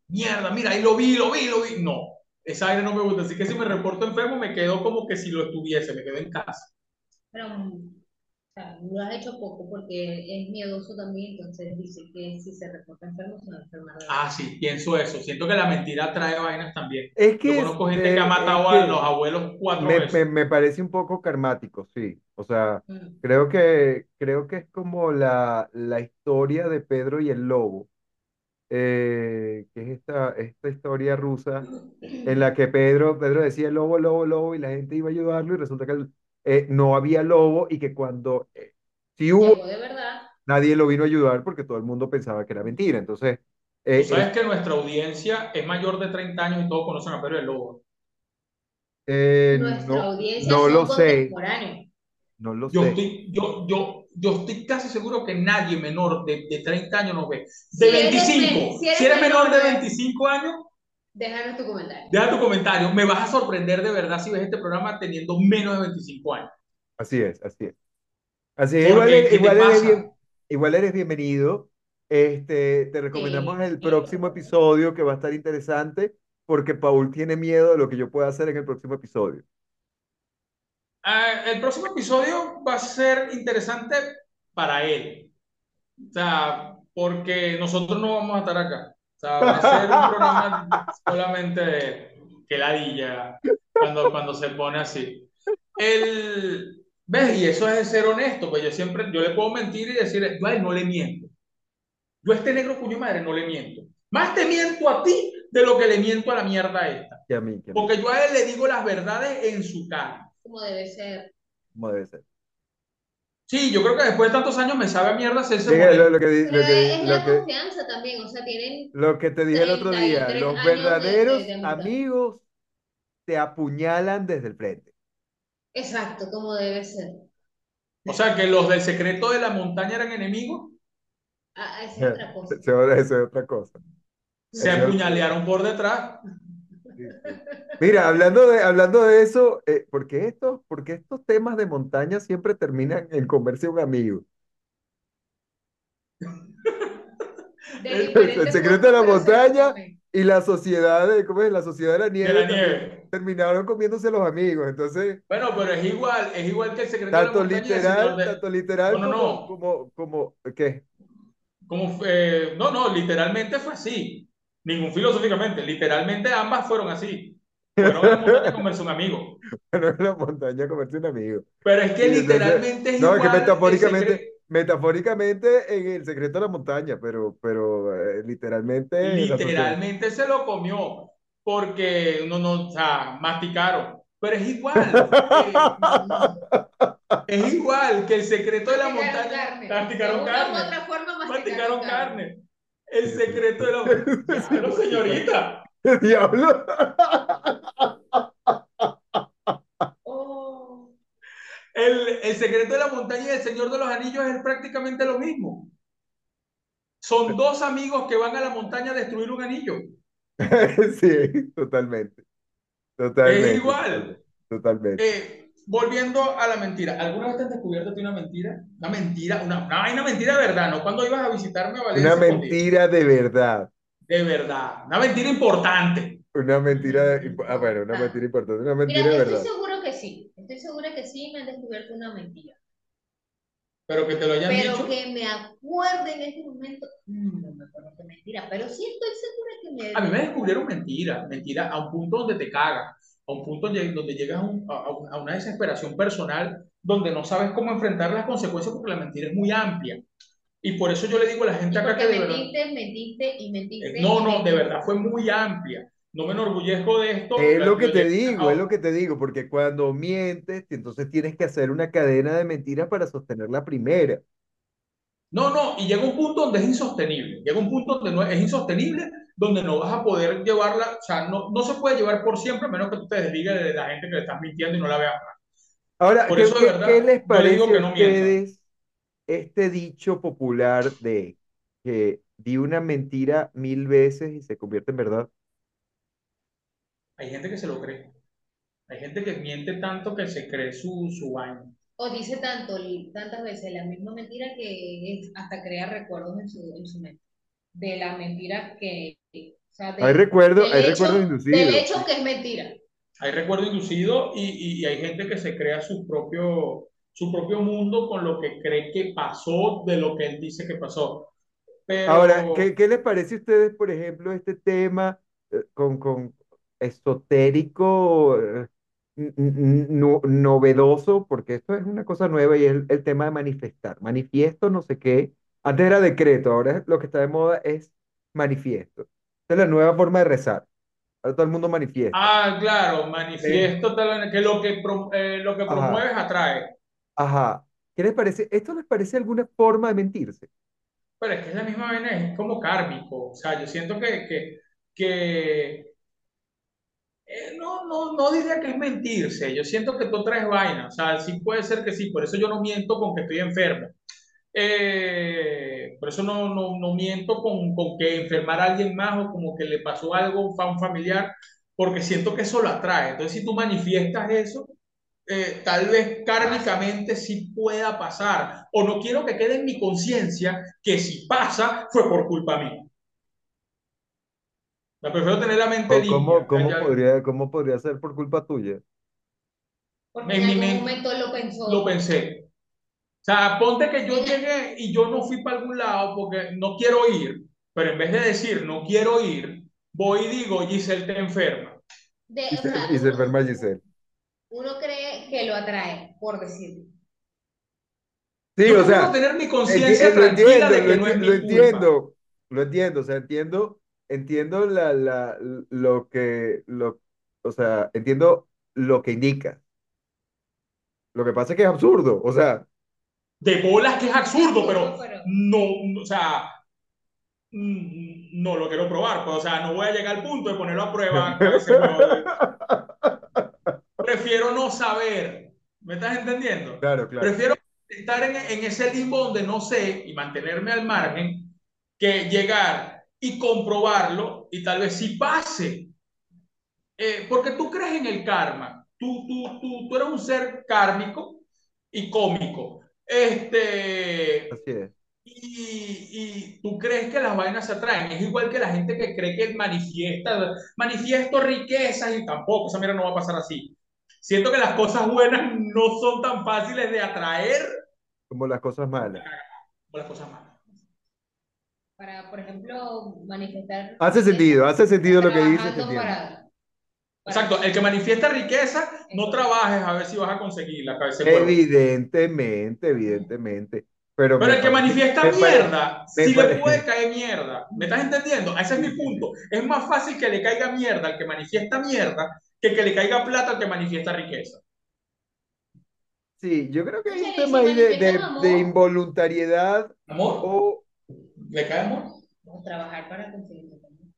Speaker 3: Mierda, mira, ahí lo vi, lo vi, lo vi. No, Esa aire no me gusta. Así que si me reporto enfermo, me quedo como que si lo estuviese, me quedo en casa.
Speaker 1: Pero mm, o sea, lo has hecho poco porque es miedoso también, entonces dice que si se reporta enfermo, se va a enfermar. de
Speaker 3: Ah, sí, pienso eso. Siento que la mentira trae vainas también.
Speaker 2: Es
Speaker 3: Yo
Speaker 2: que,
Speaker 3: conozco
Speaker 2: es-
Speaker 3: gente que
Speaker 2: eh,
Speaker 3: ha matado
Speaker 2: es
Speaker 3: a
Speaker 2: que
Speaker 3: los abuelos cuatro
Speaker 2: me, me-
Speaker 3: veces.
Speaker 2: me parece un poco karmático, sí. O sea,
Speaker 1: verdad. Mm.
Speaker 2: creo que, creo que es como la, la historia de Pedro y el Lobo, eh, que es esta, esta historia rusa en la que Pedro, Pedro decía lobo, lobo, lobo, y la gente iba a ayudarlo, y resulta que el- eh, no había lobo, y que cuando eh, sí hubo,
Speaker 1: Llegó de verdad.
Speaker 2: nadie lo vino a ayudar porque todo el mundo pensaba que era mentira. Entonces,
Speaker 3: Tú
Speaker 2: eh,
Speaker 3: sabes que nuestra audiencia es mayor de 30 años y todos conocen a Pedro el Lobo.
Speaker 2: eh, eh,
Speaker 1: Nuestra
Speaker 2: no,
Speaker 1: audiencia
Speaker 2: no
Speaker 1: son
Speaker 2: lo sé,
Speaker 1: contemporáneos.
Speaker 2: no lo
Speaker 3: Yo
Speaker 2: sé.
Speaker 3: estoy, yo, yo, yo estoy casi seguro que nadie menor de, de 30 años nos ve. De
Speaker 1: Si eres, me-
Speaker 3: 25,
Speaker 1: si
Speaker 3: si
Speaker 1: eres
Speaker 3: eres menor
Speaker 1: menor
Speaker 3: de
Speaker 1: de edad,
Speaker 3: 25 años,
Speaker 1: déjanos tu comentario.
Speaker 3: deja tu comentario. Me vas a sorprender de verdad si ves este programa teniendo menos de 25 años.
Speaker 2: Así es, así es. Así es, igual,
Speaker 3: Porque,
Speaker 2: e-
Speaker 3: ¿qué te
Speaker 2: igual eres bien,
Speaker 3: pasa?
Speaker 2: igual eres bienvenido. Este, te recomendamos
Speaker 1: Sí,
Speaker 2: el próximo
Speaker 1: claro.
Speaker 2: episodio que va a estar interesante porque Paul tiene miedo de lo que yo pueda hacer en el próximo episodio.
Speaker 3: Ah, el próximo episodio va a ser interesante para él. O sea, porque nosotros no vamos a estar acá. O sea, va a ser un programa solamente de que ladilla cuando, cuando se pone así. El, ¿ves? Y eso es de ser honesto, pues yo siempre, yo le puedo mentir y decir, yo a él no le miento. Yo a este negro cuño madre no le miento. Más te miento a ti de lo que le miento a la mierda esta.
Speaker 2: Que a mí, que a mí,
Speaker 3: Porque yo a él le digo las verdades en su cara.
Speaker 1: Como debe ser.
Speaker 2: como debe ser.
Speaker 3: Sí, yo creo que después de tantos años me sabe a mierda si él se
Speaker 2: Mira, lo,
Speaker 3: molesta.
Speaker 2: lo que, di-
Speaker 1: Pero
Speaker 2: lo que, di-
Speaker 1: es
Speaker 2: lo
Speaker 1: la
Speaker 2: que,
Speaker 1: confianza también, o sea, tienen
Speaker 2: lo que te dije el otro día,
Speaker 1: 33
Speaker 2: los
Speaker 1: años de, de, de
Speaker 2: verdaderos
Speaker 1: amistad.
Speaker 2: amigos te apuñalan desde el frente.
Speaker 1: Exacto, como debe ser.
Speaker 3: O sea, que los del secreto de la montaña eran enemigos.
Speaker 1: Ah, esa
Speaker 2: Eh,
Speaker 1: es otra cosa.
Speaker 2: Eso es otra cosa.
Speaker 3: se
Speaker 2: Eso es-
Speaker 3: apuñalearon por detrás.
Speaker 2: Sí, sí. Mira, hablando de, hablando de eso, eh, ¿por qué estos, por qué estos temas de montaña siempre terminan en comerse un amigo?
Speaker 1: De
Speaker 2: eh,
Speaker 3: El,
Speaker 2: El, el
Speaker 1: diferentes
Speaker 2: secreto
Speaker 1: puntos, pero se
Speaker 2: de la
Speaker 1: lo
Speaker 2: montaña
Speaker 1: comen.
Speaker 2: y la sociedad de, ¿cómo es? La sociedad de la
Speaker 3: de
Speaker 2: nieve
Speaker 3: la
Speaker 2: también
Speaker 3: nieve.
Speaker 2: terminaron comiéndose los amigos. Entonces,
Speaker 3: Bueno, pero es igual, es igual que el secreto de la
Speaker 2: tanto
Speaker 3: montaña y el señor
Speaker 2: literal,
Speaker 3: de.
Speaker 2: tanto
Speaker 3: No,
Speaker 2: literal
Speaker 3: no,
Speaker 2: como,
Speaker 3: no.
Speaker 2: como, como, ¿qué?
Speaker 3: Como, fue- no, no, literalmente fue así. Ningún filosóficamente. Literalmente ambas fueron así. Fueron a la montaña a comerse un amigo.
Speaker 2: Pero en la montaña comerse un amigo.
Speaker 3: Pero es que
Speaker 2: Y entonces,
Speaker 3: literalmente es
Speaker 2: no, es que
Speaker 3: igual el
Speaker 2: metafóricamente,
Speaker 3: secreto.
Speaker 2: metafóricamente en el secreto de la montaña, pero, pero eh, literalmente en la sociedad.
Speaker 3: Literalmente se lo comió. Porque uno no, o sea, masticaron. Pero es igual. eh, es igual que el secreto de la
Speaker 1: Masticaron
Speaker 3: montaña.
Speaker 1: carne. De
Speaker 3: Masticaron
Speaker 1: una u
Speaker 3: carne.
Speaker 1: otra forma masticaron
Speaker 3: Masticaron
Speaker 1: carne.
Speaker 3: carne. El
Speaker 2: Sí, sí.
Speaker 3: secreto de la...
Speaker 2: Sí,
Speaker 3: Diablo,
Speaker 2: masticaron.
Speaker 3: señorita.
Speaker 2: El diablo.
Speaker 1: Oh,
Speaker 3: El, el secreto de la montaña y el señor de los anillos es prácticamente lo mismo. Son dos amigos que van a la montaña a destruir un anillo.
Speaker 2: Sí, totalmente,
Speaker 3: Es
Speaker 2: totalmente,
Speaker 3: igual.
Speaker 2: totalmente, totalmente.
Speaker 3: Eh, volviendo a la mentira. ¿Alguna vez te has descubierto a ti una mentira? Una mentira, una, una, una mentira de verdad, ¿no? Cuando ibas a visitarme a
Speaker 2: Una
Speaker 3: Valencia escondido.
Speaker 2: mentira de verdad,
Speaker 3: De verdad. Una mentira importante.
Speaker 2: una
Speaker 1: una
Speaker 2: mentira,
Speaker 1: mentira
Speaker 2: de- ah, bueno, una
Speaker 1: importante.
Speaker 2: mentira importante, una
Speaker 1: Mira,
Speaker 2: mentira de
Speaker 1: estoy
Speaker 2: verdad.
Speaker 1: seguro que sí. Estoy segura que sí me han descubierto una mentira.
Speaker 3: Pero que te lo hayan
Speaker 1: Pero
Speaker 3: dicho.
Speaker 1: que me acuerde en este momento, mm, no me acuerdo qué mentira, pero sí estoy segura que
Speaker 3: A
Speaker 1: me...
Speaker 3: mí me descubrieron mentira, mentira a un punto donde te cagas, a un punto donde donde llegas a, un- a- a un- a una desesperación personal, donde no sabes cómo enfrentar las consecuencias porque la mentira es muy amplia. Y por eso yo le digo a la gente
Speaker 1: Y
Speaker 3: acá
Speaker 1: porque
Speaker 3: que de verdad,
Speaker 1: mentiste, mentiste y
Speaker 3: eh,
Speaker 1: mentiste
Speaker 3: no,
Speaker 1: y
Speaker 3: no, de
Speaker 1: mentiste.
Speaker 3: verdad fue muy amplia. No me enorgullezco de esto,
Speaker 2: Es
Speaker 3: la-
Speaker 2: lo
Speaker 3: yo
Speaker 2: que te
Speaker 3: llegué
Speaker 2: digo, es
Speaker 3: a-
Speaker 2: lo que te digo, porque cuando mientes, entonces tienes que hacer una cadena de mentiras para sostener la primera.
Speaker 3: No, no, y llega un punto donde es insostenible, llega un punto donde no, es insostenible, donde no vas a poder llevarla, o sea, no, no se puede llevar por siempre a menos que tú te desligas de la gente que le estás mintiendo y no la veas más.
Speaker 2: Ahora,
Speaker 3: Por
Speaker 2: ¿qué,
Speaker 3: eso de
Speaker 2: qué, qué
Speaker 3: verdad
Speaker 2: les
Speaker 3: yo le digo
Speaker 2: parece a
Speaker 3: que no mientan.
Speaker 2: ustedes este dicho popular de que di una mentira mil veces y se convierte en verdad?
Speaker 3: Hay gente que se lo cree. Hay gente que miente tanto que se cree su, su vaina.
Speaker 1: O dice tanto, y tantas veces la misma mentira que es- hasta crea recuerdos en su, en su mente. De la mentira que
Speaker 5: O sea, de-
Speaker 2: Hay
Speaker 5: del
Speaker 2: recuerdos, hay
Speaker 5: hecho-
Speaker 2: recuerdos
Speaker 5: Del
Speaker 2: inducidos.
Speaker 5: hecho que es mentira.
Speaker 3: Hay recuerdo inducido y, y- y hay gente que se crea su propio, su propio mundo con lo que cree que pasó, de lo que él dice que pasó. Pero
Speaker 2: Ahora, ¿qué, qué les parece a ustedes, por ejemplo, este tema eh, con, con esotérico, eh, n- n- no- novedoso? Porque esto es una cosa nueva y es el, el tema de manifestar. Manifiesto, no sé qué. Antes era decreto, ahora lo que está de moda es manifiesto. Esta es la nueva forma de rezar. Ahora todo el mundo manifiesta.
Speaker 3: Ah, claro, manifiesto tal- que lo que, pro- eh, lo que
Speaker 2: Ajá.
Speaker 3: promueves atrae.
Speaker 2: Ajá. ¿Qué les parece? ¿Esto les parece alguna forma de mentirse?
Speaker 3: Pero es que es la misma vaina, es como kármico. O sea, yo siento que, que, que eh, no, no, no diría que es mentirse. Yo siento que tú traes vaina. O sea, sí puede ser que sí. Por eso yo no miento con que estoy enfermo. Eh, por eso no, no, no miento con, con que enfermar a alguien más o como que le pasó algo a un familiar, porque siento que eso lo atrae. Entonces, si tú manifiestas eso, eh, tal vez kármicamente sí pueda pasar. O no quiero que quede en mi conciencia que si pasa fue por culpa mía. La prefiero tener la mente
Speaker 2: ¿O cómo,
Speaker 3: limpia.
Speaker 2: cómo
Speaker 3: Ya-
Speaker 2: podría, cómo podría ser por culpa tuya?
Speaker 1: Porque
Speaker 3: En
Speaker 1: en
Speaker 3: mi
Speaker 1: algún
Speaker 3: mente-
Speaker 1: momento él lo pensó.
Speaker 3: lo pensé. O sea, ponte que yo llegué y yo no fui para algún lado porque no quiero ir, pero en vez de decir no quiero ir, voy y digo, Giselle te enferma.
Speaker 1: De-
Speaker 2: Y
Speaker 1: o
Speaker 2: se,
Speaker 1: sea,
Speaker 2: y se
Speaker 1: uno-
Speaker 2: enferma Giselle.
Speaker 1: Uno cree que lo atrae, por decirlo.
Speaker 2: Sí,
Speaker 3: yo
Speaker 2: o sea,
Speaker 3: prefiero tener mi
Speaker 2: enti- eh,
Speaker 3: conciencia
Speaker 2: lo
Speaker 3: tranquila
Speaker 2: entiendo,
Speaker 3: de que
Speaker 2: lo,
Speaker 3: no es
Speaker 2: enti-
Speaker 3: mi
Speaker 2: lo
Speaker 3: culpa.
Speaker 2: entiendo, lo entiendo, o sea, entiendo, entiendo la, la, lo que, lo, o sea, entiendo lo que indica. Lo que pasa es que es absurdo, o sea,
Speaker 3: De bolas que es absurdo, pero
Speaker 1: Pero-
Speaker 3: no, o sea, mm, no lo quiero probar. pues, o sea, no voy a llegar al punto de ponerlo a prueba. con ese huevo. Prefiero no saber. ¿Me estás entendiendo?
Speaker 2: claro, claro.
Speaker 3: Prefiero estar en, en ese limbo donde no sé y mantenerme al margen que llegar y comprobarlo y tal vez si pase. Eh, porque tú crees en el karma. Tú, tú, tú, tú eres un ser kármico y cómico. Este,
Speaker 2: Así es.
Speaker 3: y, y tú crees que las vainas se atraen. Es igual que la gente que cree que manifiesta, manifiesto riquezas y tampoco, esa mira no va a pasar así. Siento que las cosas buenas no son tan fáciles de atraer
Speaker 2: Como las cosas malas.
Speaker 3: como las cosas malas.
Speaker 1: Para, por ejemplo, manifestar.
Speaker 2: Hace sentido, hace sentido lo que dices, te
Speaker 1: trabajando
Speaker 2: entiendo.
Speaker 1: para- para-
Speaker 3: Exacto, el que manifiesta riqueza, no trabajes a ver si vas a conseguirla. cabeza de huevo.
Speaker 2: Evidentemente, evidentemente. Pero,
Speaker 3: Pero
Speaker 2: me
Speaker 3: el
Speaker 2: parece-
Speaker 3: que manifiesta
Speaker 2: me parece-
Speaker 3: mierda,
Speaker 2: me
Speaker 3: sí
Speaker 2: pare-
Speaker 3: le puede caer mierda. ¿Me estás entendiendo? Ese es mi punto. Es más fácil que le caiga mierda al que manifiesta mierda que que le caiga plata al que manifiesta riqueza.
Speaker 2: Sí, yo creo que hay un
Speaker 1: Escúchale,
Speaker 2: tema
Speaker 1: si
Speaker 2: ahí de, de,
Speaker 1: manifiestan
Speaker 2: de
Speaker 1: amor.
Speaker 2: involuntariedad
Speaker 3: ¿Amor?
Speaker 2: o...
Speaker 3: ¿Le cae amor?
Speaker 1: o trabajar para conseguirlo también.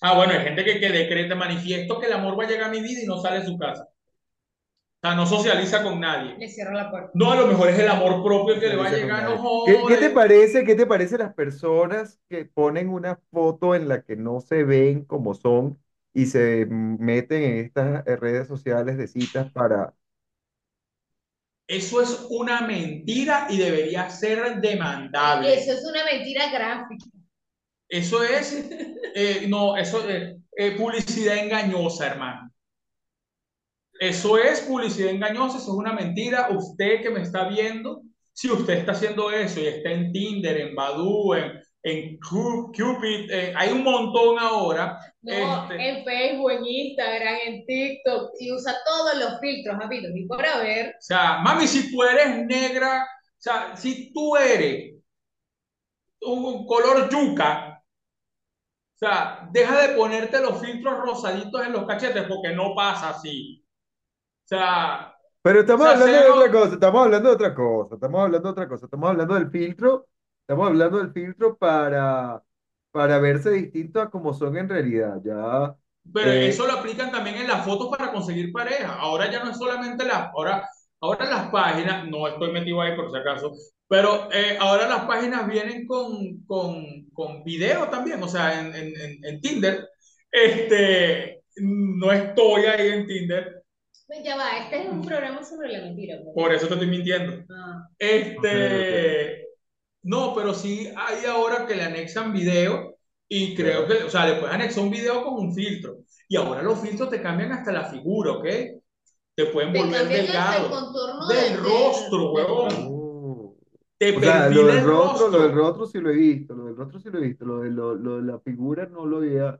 Speaker 3: Ah, bueno, hay gente que, que decreta, manifiesto que el amor va a llegar a mi vida y no sale de su casa. O sea, no socializa con nadie.
Speaker 1: Le cierro la puerta.
Speaker 3: No, a lo mejor es el amor propio el que le va a
Speaker 2: Socializa con
Speaker 3: llegar.
Speaker 2: nadie.
Speaker 3: No,
Speaker 2: ¿Qué, qué te
Speaker 3: joder.
Speaker 2: parece, qué te parece las personas que ponen una foto en la que no se ven como son y se meten en estas eh, redes sociales de citas para...
Speaker 3: Eso es una mentira y debería ser demandable.
Speaker 1: Eso es una mentira gráfica.
Speaker 3: Eso es, eh, no, eso es eh, publicidad engañosa, hermano. Eso es publicidad engañosa, eso es una mentira. Usted que me está viendo, si usted está haciendo eso y está en Tinder, en Badoo, en, en Cu- Cupid, eh, hay un montón ahora.
Speaker 1: No,
Speaker 3: Este-
Speaker 1: en Facebook, en Instagram, en TikTok y usa todos los filtros habidos y por haber.
Speaker 3: O sea, mami, si tú eres negra, o sea, si tú eres un color yuca, o sea, deja de ponerte los filtros rosaditos en los cachetes porque no pasa así. O sea,
Speaker 2: Pero estamos
Speaker 3: O sea,
Speaker 2: hablando de
Speaker 3: cero-
Speaker 2: otra cosa, estamos hablando de otra cosa, estamos hablando de otra cosa, estamos hablando del filtro, estamos hablando del filtro para, para verse distinto a como son en realidad, ya.
Speaker 3: Pero
Speaker 2: Eh,
Speaker 3: eso lo aplican también en las fotos para conseguir pareja. Ahora ya no es solamente las, ahora, ahora las páginas, no estoy metido ahí por si acaso, pero eh, ahora las páginas vienen con, con, con video también, o sea, en, en- en- en Tinder. Este, no estoy ahí en Tinder,
Speaker 1: Ya va, este es un programa sobre la mentira. pues.
Speaker 3: por eso te estoy mintiendo.
Speaker 1: Ah,
Speaker 3: Este, no, pero sí hay ahora que le anexan video Y creo que, o sea, le puedes anexar un video con un filtro. Y ahora los filtros te cambian hasta la figura, ¿ok? Te pueden
Speaker 1: Te
Speaker 3: volver
Speaker 1: cambian hasta el
Speaker 3: delgado.
Speaker 1: contorno
Speaker 3: Del rostro, huevón.
Speaker 2: Oh.
Speaker 3: Te
Speaker 2: O sea, lo
Speaker 3: perfila
Speaker 2: del
Speaker 3: el
Speaker 2: rostro, lo
Speaker 3: rostro.
Speaker 2: del rostro sí lo he visto, lo del rostro sí lo he visto, lo de, lo, lo de la figura no lo había,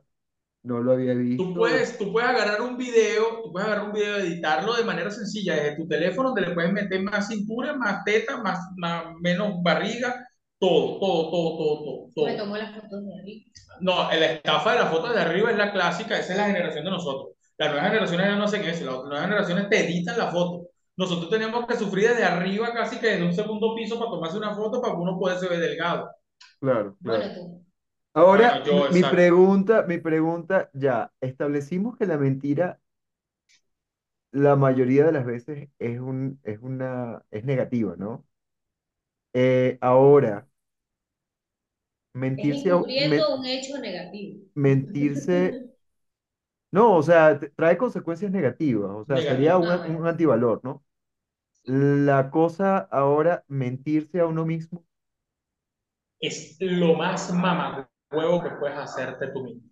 Speaker 2: no lo había visto.
Speaker 3: Tú puedes, tú puedes agarrar un video, tú puedes agarrar un video, editarlo de manera sencilla desde tu teléfono, donde le puedes meter más cintura, más teta, más, más- menos barriga, todo, todo, todo, todo, todo, todo.
Speaker 1: Me tomó las fotos de arriba.
Speaker 3: No, la estafa de la foto de arriba es la clásica, esa es la generación de nosotros. Las nuevas generaciones ya no hacen eso, las nuevas generaciones te editan la foto. Nosotros tenemos que sufrir desde arriba casi que desde un segundo piso para tomarse una foto para que uno pueda ser delgado.
Speaker 2: Claro, claro.
Speaker 1: Bueno, tú.
Speaker 2: Ahora,
Speaker 3: Bueno, yo,
Speaker 2: mi
Speaker 3: exacto.
Speaker 2: pregunta, mi pregunta, ya, establecimos que la mentira la mayoría de las veces es un, es una, es negativa, ¿no? Eh, ahora,
Speaker 1: Es
Speaker 2: mentirse, a- men-
Speaker 1: encubriendo un hecho negativo.
Speaker 2: mentirse, no, o sea, te- trae consecuencias negativas, o sea, sería un,
Speaker 1: Negativas.
Speaker 2: un antivalor, ¿no? La cosa ahora, mentirse a uno mismo.
Speaker 3: Es lo más mamacuevo que puedes hacerte tú mismo.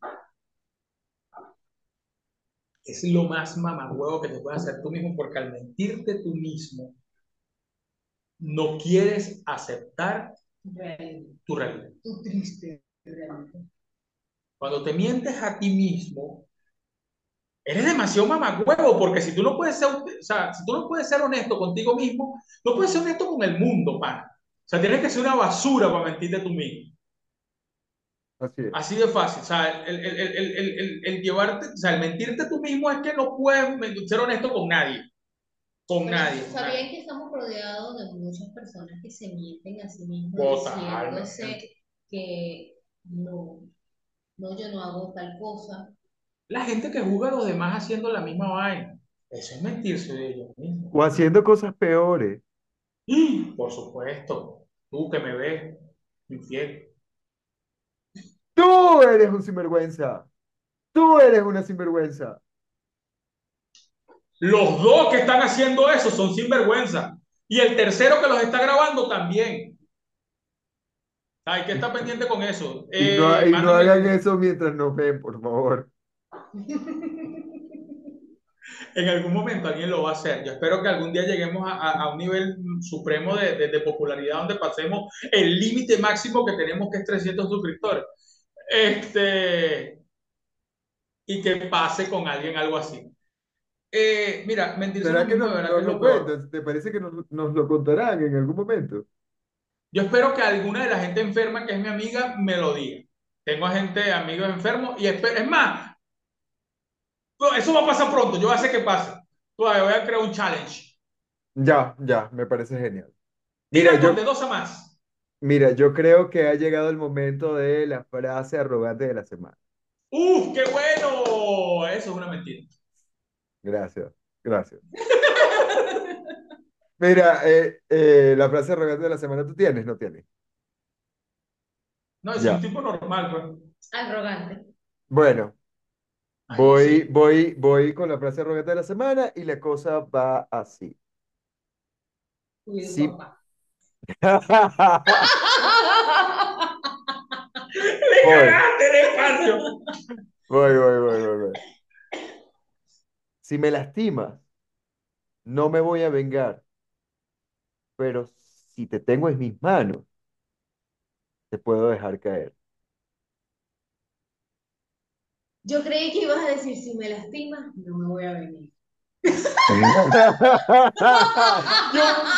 Speaker 3: Es lo más mamacuevo que te puedes hacer tú mismo porque al mentirte tú mismo no quieres aceptar
Speaker 1: Realmente.
Speaker 3: tu realidad.
Speaker 1: Tú triste. Realmente.
Speaker 3: Cuando te mientes a ti mismo, eres demasiado mamagüevo, porque si tú no puedes ser, o sea, si tú no puedes ser honesto contigo mismo, no puedes ser honesto con el mundo, pana. O sea, tienes que ser una basura para mentirte tú mismo.
Speaker 2: Así es.
Speaker 3: Así de fácil. O sea, el, el- el- el- el- el- el llevarte, o sea, el mentirte tú mismo es que no puedes men- ser honesto con nadie. Con
Speaker 1: Bueno,
Speaker 3: nadie. con nadie.
Speaker 1: ¿Sabían que estamos rodeados de muchas personas que se mienten a sí mismas
Speaker 3: Totalmente.
Speaker 1: diciéndose que no, no, yo no hago tal cosa?
Speaker 3: La gente que juzga a los demás haciendo la misma vaina. Eso es mentirse de ellos mismos.
Speaker 2: O haciendo cosas peores.
Speaker 3: Y, por supuesto, tú que me ves, infiel.
Speaker 2: Tú eres un sinvergüenza. Tú eres una sinvergüenza.
Speaker 3: Los dos que están haciendo eso son sinvergüenza. Y el tercero que los está grabando también. Hay que estar pendiente con eso.
Speaker 2: Y
Speaker 3: Eh,
Speaker 2: no, y no
Speaker 3: mándenme-
Speaker 2: hagan eso mientras nos ven, por favor.
Speaker 3: En algún momento alguien lo va a hacer. Yo espero que algún día lleguemos a, a- a un nivel supremo de, de- de popularidad donde pasemos el límite máximo que tenemos, que es 300 suscriptores. Este, y que pase con alguien algo así. Eh, mira, mentirse a
Speaker 2: ¿Será
Speaker 3: uno
Speaker 2: que
Speaker 3: mismo
Speaker 2: nos,
Speaker 3: de verdad
Speaker 2: nos
Speaker 3: que es
Speaker 2: lo
Speaker 3: lo peor.
Speaker 2: cuentan? ¿Te parece que nos, nos lo contarán en algún momento?
Speaker 3: Yo espero que alguna de la gente enferma que es mi amiga me lo diga. Tengo gente, amigos enfermos y espero, es más, no, eso va a pasar pronto, yo voy a hacer que pase. Todavía voy a crear un challenge.
Speaker 2: Ya, ya, me parece genial.
Speaker 3: Mira,
Speaker 2: Mira, yo,
Speaker 3: de dos a más.
Speaker 2: mira, yo creo que ha llegado el momento de la frase arrogante de la semana.
Speaker 3: ¡Uf, qué bueno! Eso es una mentira.
Speaker 2: Gracias, gracias. Mira, eh, eh, la frase arrogante de la semana, ¿tú tienes? No tienes.
Speaker 3: No, es
Speaker 2: Ya.
Speaker 3: un tipo normal, güey.
Speaker 1: Arrogante.
Speaker 2: Bueno.
Speaker 3: Ay,
Speaker 2: Voy,
Speaker 3: sí.
Speaker 2: voy, voy con la frase arrogante de la semana y la cosa va así.
Speaker 1: Uy,
Speaker 2: Sí.
Speaker 1: guapa.
Speaker 3: ¡Le
Speaker 2: Voy.
Speaker 3: cagaste el espacio!
Speaker 2: Voy, voy, voy, voy, voy. Si me lastimas, no me voy a vengar, pero si te tengo en mis manos, te puedo dejar caer.
Speaker 1: Yo creí que ibas a decir, si me lastimas, no me voy a venir.
Speaker 3: Yo,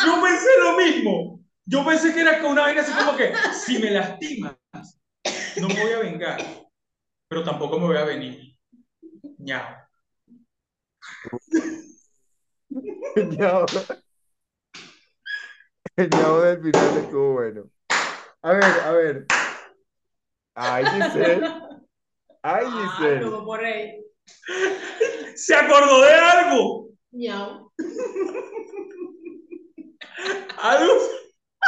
Speaker 3: yo pensé lo mismo. Yo pensé que era con una vaina así como que, si me lastimas, no me voy a vengar, pero tampoco me voy a venir. Ñao.
Speaker 2: El ñao- el ñao del final estuvo bueno. A ver, a ver. Ay, Giselle. Ay,
Speaker 1: Ah,
Speaker 2: Giselle.
Speaker 1: no, por ahí.
Speaker 3: Se acordó de algo.
Speaker 1: Miau.
Speaker 3: Algo,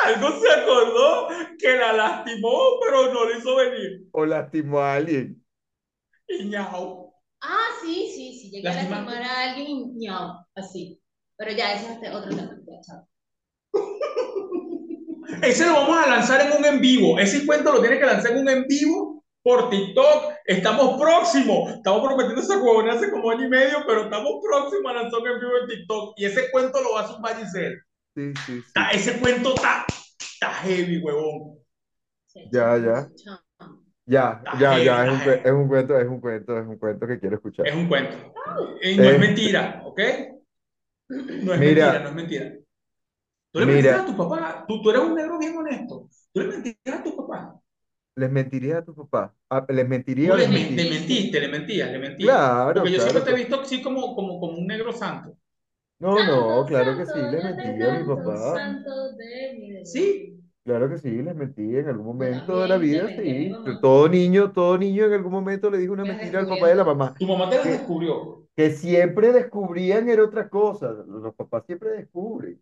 Speaker 3: algo se acordó que la lastimó, pero no le hizo venir.
Speaker 2: O lastimó a alguien.
Speaker 3: Y ñao.
Speaker 1: Ah, sí, sí, sí. Llegué a
Speaker 3: Lastimar.
Speaker 1: lastimar a alguien, miau. Así. Pero ya, ese es este otro tema. Ya, chao.
Speaker 3: Ese lo vamos a lanzar en un en vivo. Ese cuento lo tiene que lanzar en un en vivo por TikTok. Estamos próximos. Estamos prometiendo esa huevona hace como año y medio, pero estamos próximos a lanzar en vivo en TikTok. Y ese cuento lo va a sumar Giselle.
Speaker 2: Sí, sí, sí.
Speaker 3: Está- ese cuento está, está heavy, huevón.
Speaker 2: Ya, ya. Ya, ya,
Speaker 3: Ay,
Speaker 2: ya, es un,
Speaker 3: ay.
Speaker 2: cue- es un cuento, es un cuento, es un cuento que quiero escuchar.
Speaker 3: Es un cuento. Y no
Speaker 2: Eh.
Speaker 3: es mentira, ¿ok? No es
Speaker 2: Mira.
Speaker 3: mentira, no es mentira. Tú le
Speaker 2: Mira.
Speaker 3: mentiste a tu papá. Tú, tú eres un negro bien honesto. Tú le mentiste a tu papá.
Speaker 2: ¿Les mentiría a tu papá? Ah, ¿Les mentiría
Speaker 3: Tú
Speaker 2: o
Speaker 3: le,
Speaker 2: les
Speaker 3: men- le
Speaker 2: mentí?
Speaker 3: mentiste, le mentías, le mentías.
Speaker 2: Claro,
Speaker 3: Porque yo
Speaker 2: claro,
Speaker 3: siempre te he visto así como, como, como un negro santo.
Speaker 2: No, no, claro que sí, les mentí a mi papá.
Speaker 1: Santo de mi devoción.
Speaker 3: Sí.
Speaker 2: Claro que sí, les mentí en algún momento de la
Speaker 1: también le
Speaker 2: vida,
Speaker 1: mentí a mi
Speaker 2: sí.
Speaker 1: mamá.
Speaker 2: Todo niño, todo niño en algún momento le dijo una
Speaker 1: Me
Speaker 2: mentira al papá y a la mamá.
Speaker 3: Tu mamá te lo
Speaker 2: ¿Qué?
Speaker 3: descubrió.
Speaker 2: Que siempre descubrían era otra cosa. Los papás siempre descubren.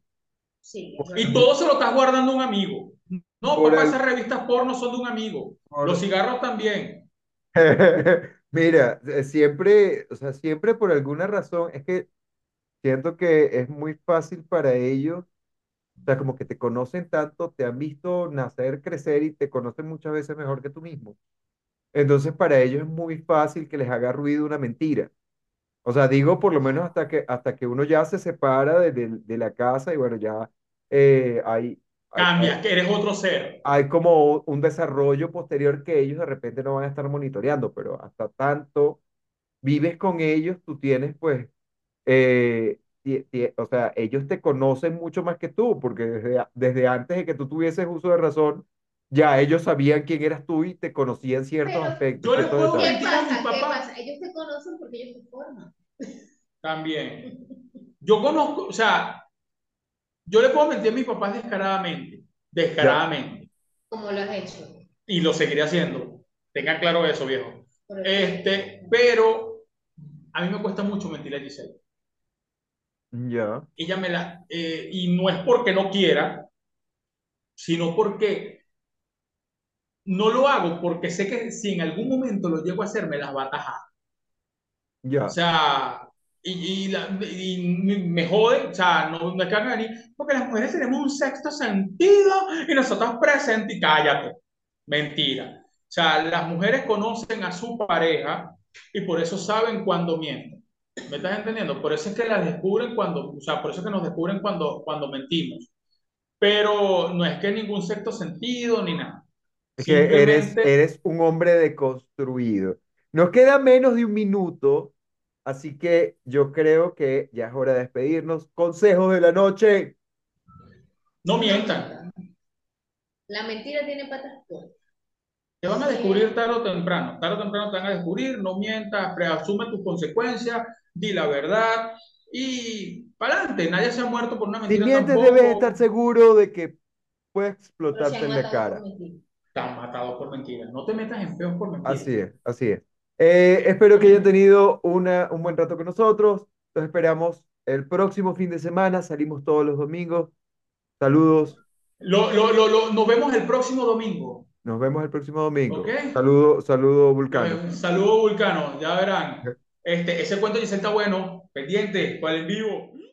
Speaker 1: Sí.
Speaker 2: Pues,
Speaker 3: Y todo se lo estás guardando a un amigo. No,
Speaker 2: Por
Speaker 3: papá,
Speaker 2: el-
Speaker 3: esas revistas porno son de un amigo.
Speaker 2: Por-
Speaker 3: Los cigarros también.
Speaker 2: Mira, eh, siempre, o sea, siempre por alguna razón, es que siento que es muy fácil para ellos, o sea, como que te conocen tanto, te han visto nacer, crecer y te conocen muchas veces mejor que tú mismo. Entonces, para ellos es muy fácil que les haga ruido una mentira. O sea, digo por lo menos hasta que, hasta que uno ya se separa de, de- de la casa y bueno, ya eh, hay, hay-
Speaker 3: Cambias, que eres otro ser.
Speaker 2: hay como un desarrollo posterior que ellos de repente no van a estar monitoreando, pero hasta tanto vives con ellos, tú tienes pues, eh, ti- ti- o sea, ellos te conocen mucho más que tú, porque desde, a- desde antes de que tú tuvieses uso de razón, ya ellos sabían quién eras tú y te conocían ciertos
Speaker 1: Pero-
Speaker 2: aspectos,
Speaker 3: Yo les
Speaker 2: ciertos
Speaker 3: puedo
Speaker 2: detalles.
Speaker 1: ¿Qué
Speaker 3: Mentira de
Speaker 1: pasa?
Speaker 3: mi
Speaker 1: ¿Qué
Speaker 3: papá.
Speaker 1: pasa? Ellos te conocen porque ellos te forman.
Speaker 3: También. Yo conozco, o sea, yo le puedo mentir a mis papás descaradamente. Descaradamente.
Speaker 1: Como lo has hecho.
Speaker 3: Y lo seguiré haciendo. Tengan claro eso, viejo.
Speaker 1: Por el-
Speaker 3: Este, pero a mí me cuesta mucho mentir a Giselle.
Speaker 2: Ya,
Speaker 3: ella me la, eh, y no es porque no quiera, sino porque no lo hago porque sé que si en algún momento lo llego a hacer, me las va a atajar.
Speaker 2: ya.
Speaker 3: O sea, y, y la- y me- me jode, o sea, no, no es que van a venir, porque las mujeres tenemos un sexto sentido y nosotros presentes, y cállate, mentira. O sea, las mujeres conocen a su pareja y por eso saben cuando mienten. ¿Me estás entendiendo? Por eso es que las descubren cuando, o sea, por eso es que nos descubren cuando, cuando mentimos. Pero no es que ningún sexto sentido ni nada.
Speaker 2: Es que eres, eh,
Speaker 3: Simplemente-
Speaker 2: eres un hombre deconstruido. Nos queda menos de un minuto, así que yo creo que ya es hora de despedirnos. Consejos de la noche.
Speaker 3: no mientan,
Speaker 1: La mentira tiene patas cortas.
Speaker 3: te van a descubrir tarde o temprano, tarde o temprano te van a descubrir, no mientas, pre- asume tus consecuencias, di la verdad y para adelante, nadie se ha muerto por una
Speaker 2: Si
Speaker 3: mentira
Speaker 2: mientes,
Speaker 3: tampoco.
Speaker 2: debes estar seguro de que puede
Speaker 1: Pero se
Speaker 2: explotarte
Speaker 1: han
Speaker 2: en la
Speaker 1: matado
Speaker 2: cara.
Speaker 1: por mentira.
Speaker 3: Están matados por mentiras, no te metas en peos por mentiras.
Speaker 2: Así es, así es. Eh, espero que hayan tenido una, un buen rato con nosotros. Los esperamos el próximo fin de semana. Salimos todos los domingos. Saludos.
Speaker 3: Lo- lo- lo- lo- nos vemos el próximo domingo.
Speaker 2: Nos vemos el próximo domingo.
Speaker 3: Ok.
Speaker 2: Saludo, saludo, Vulcano.
Speaker 3: Eh, Saludos, Vulcano, ya verán. Este, ese cuento de Giselle está bueno, pendiente, para el en vivo.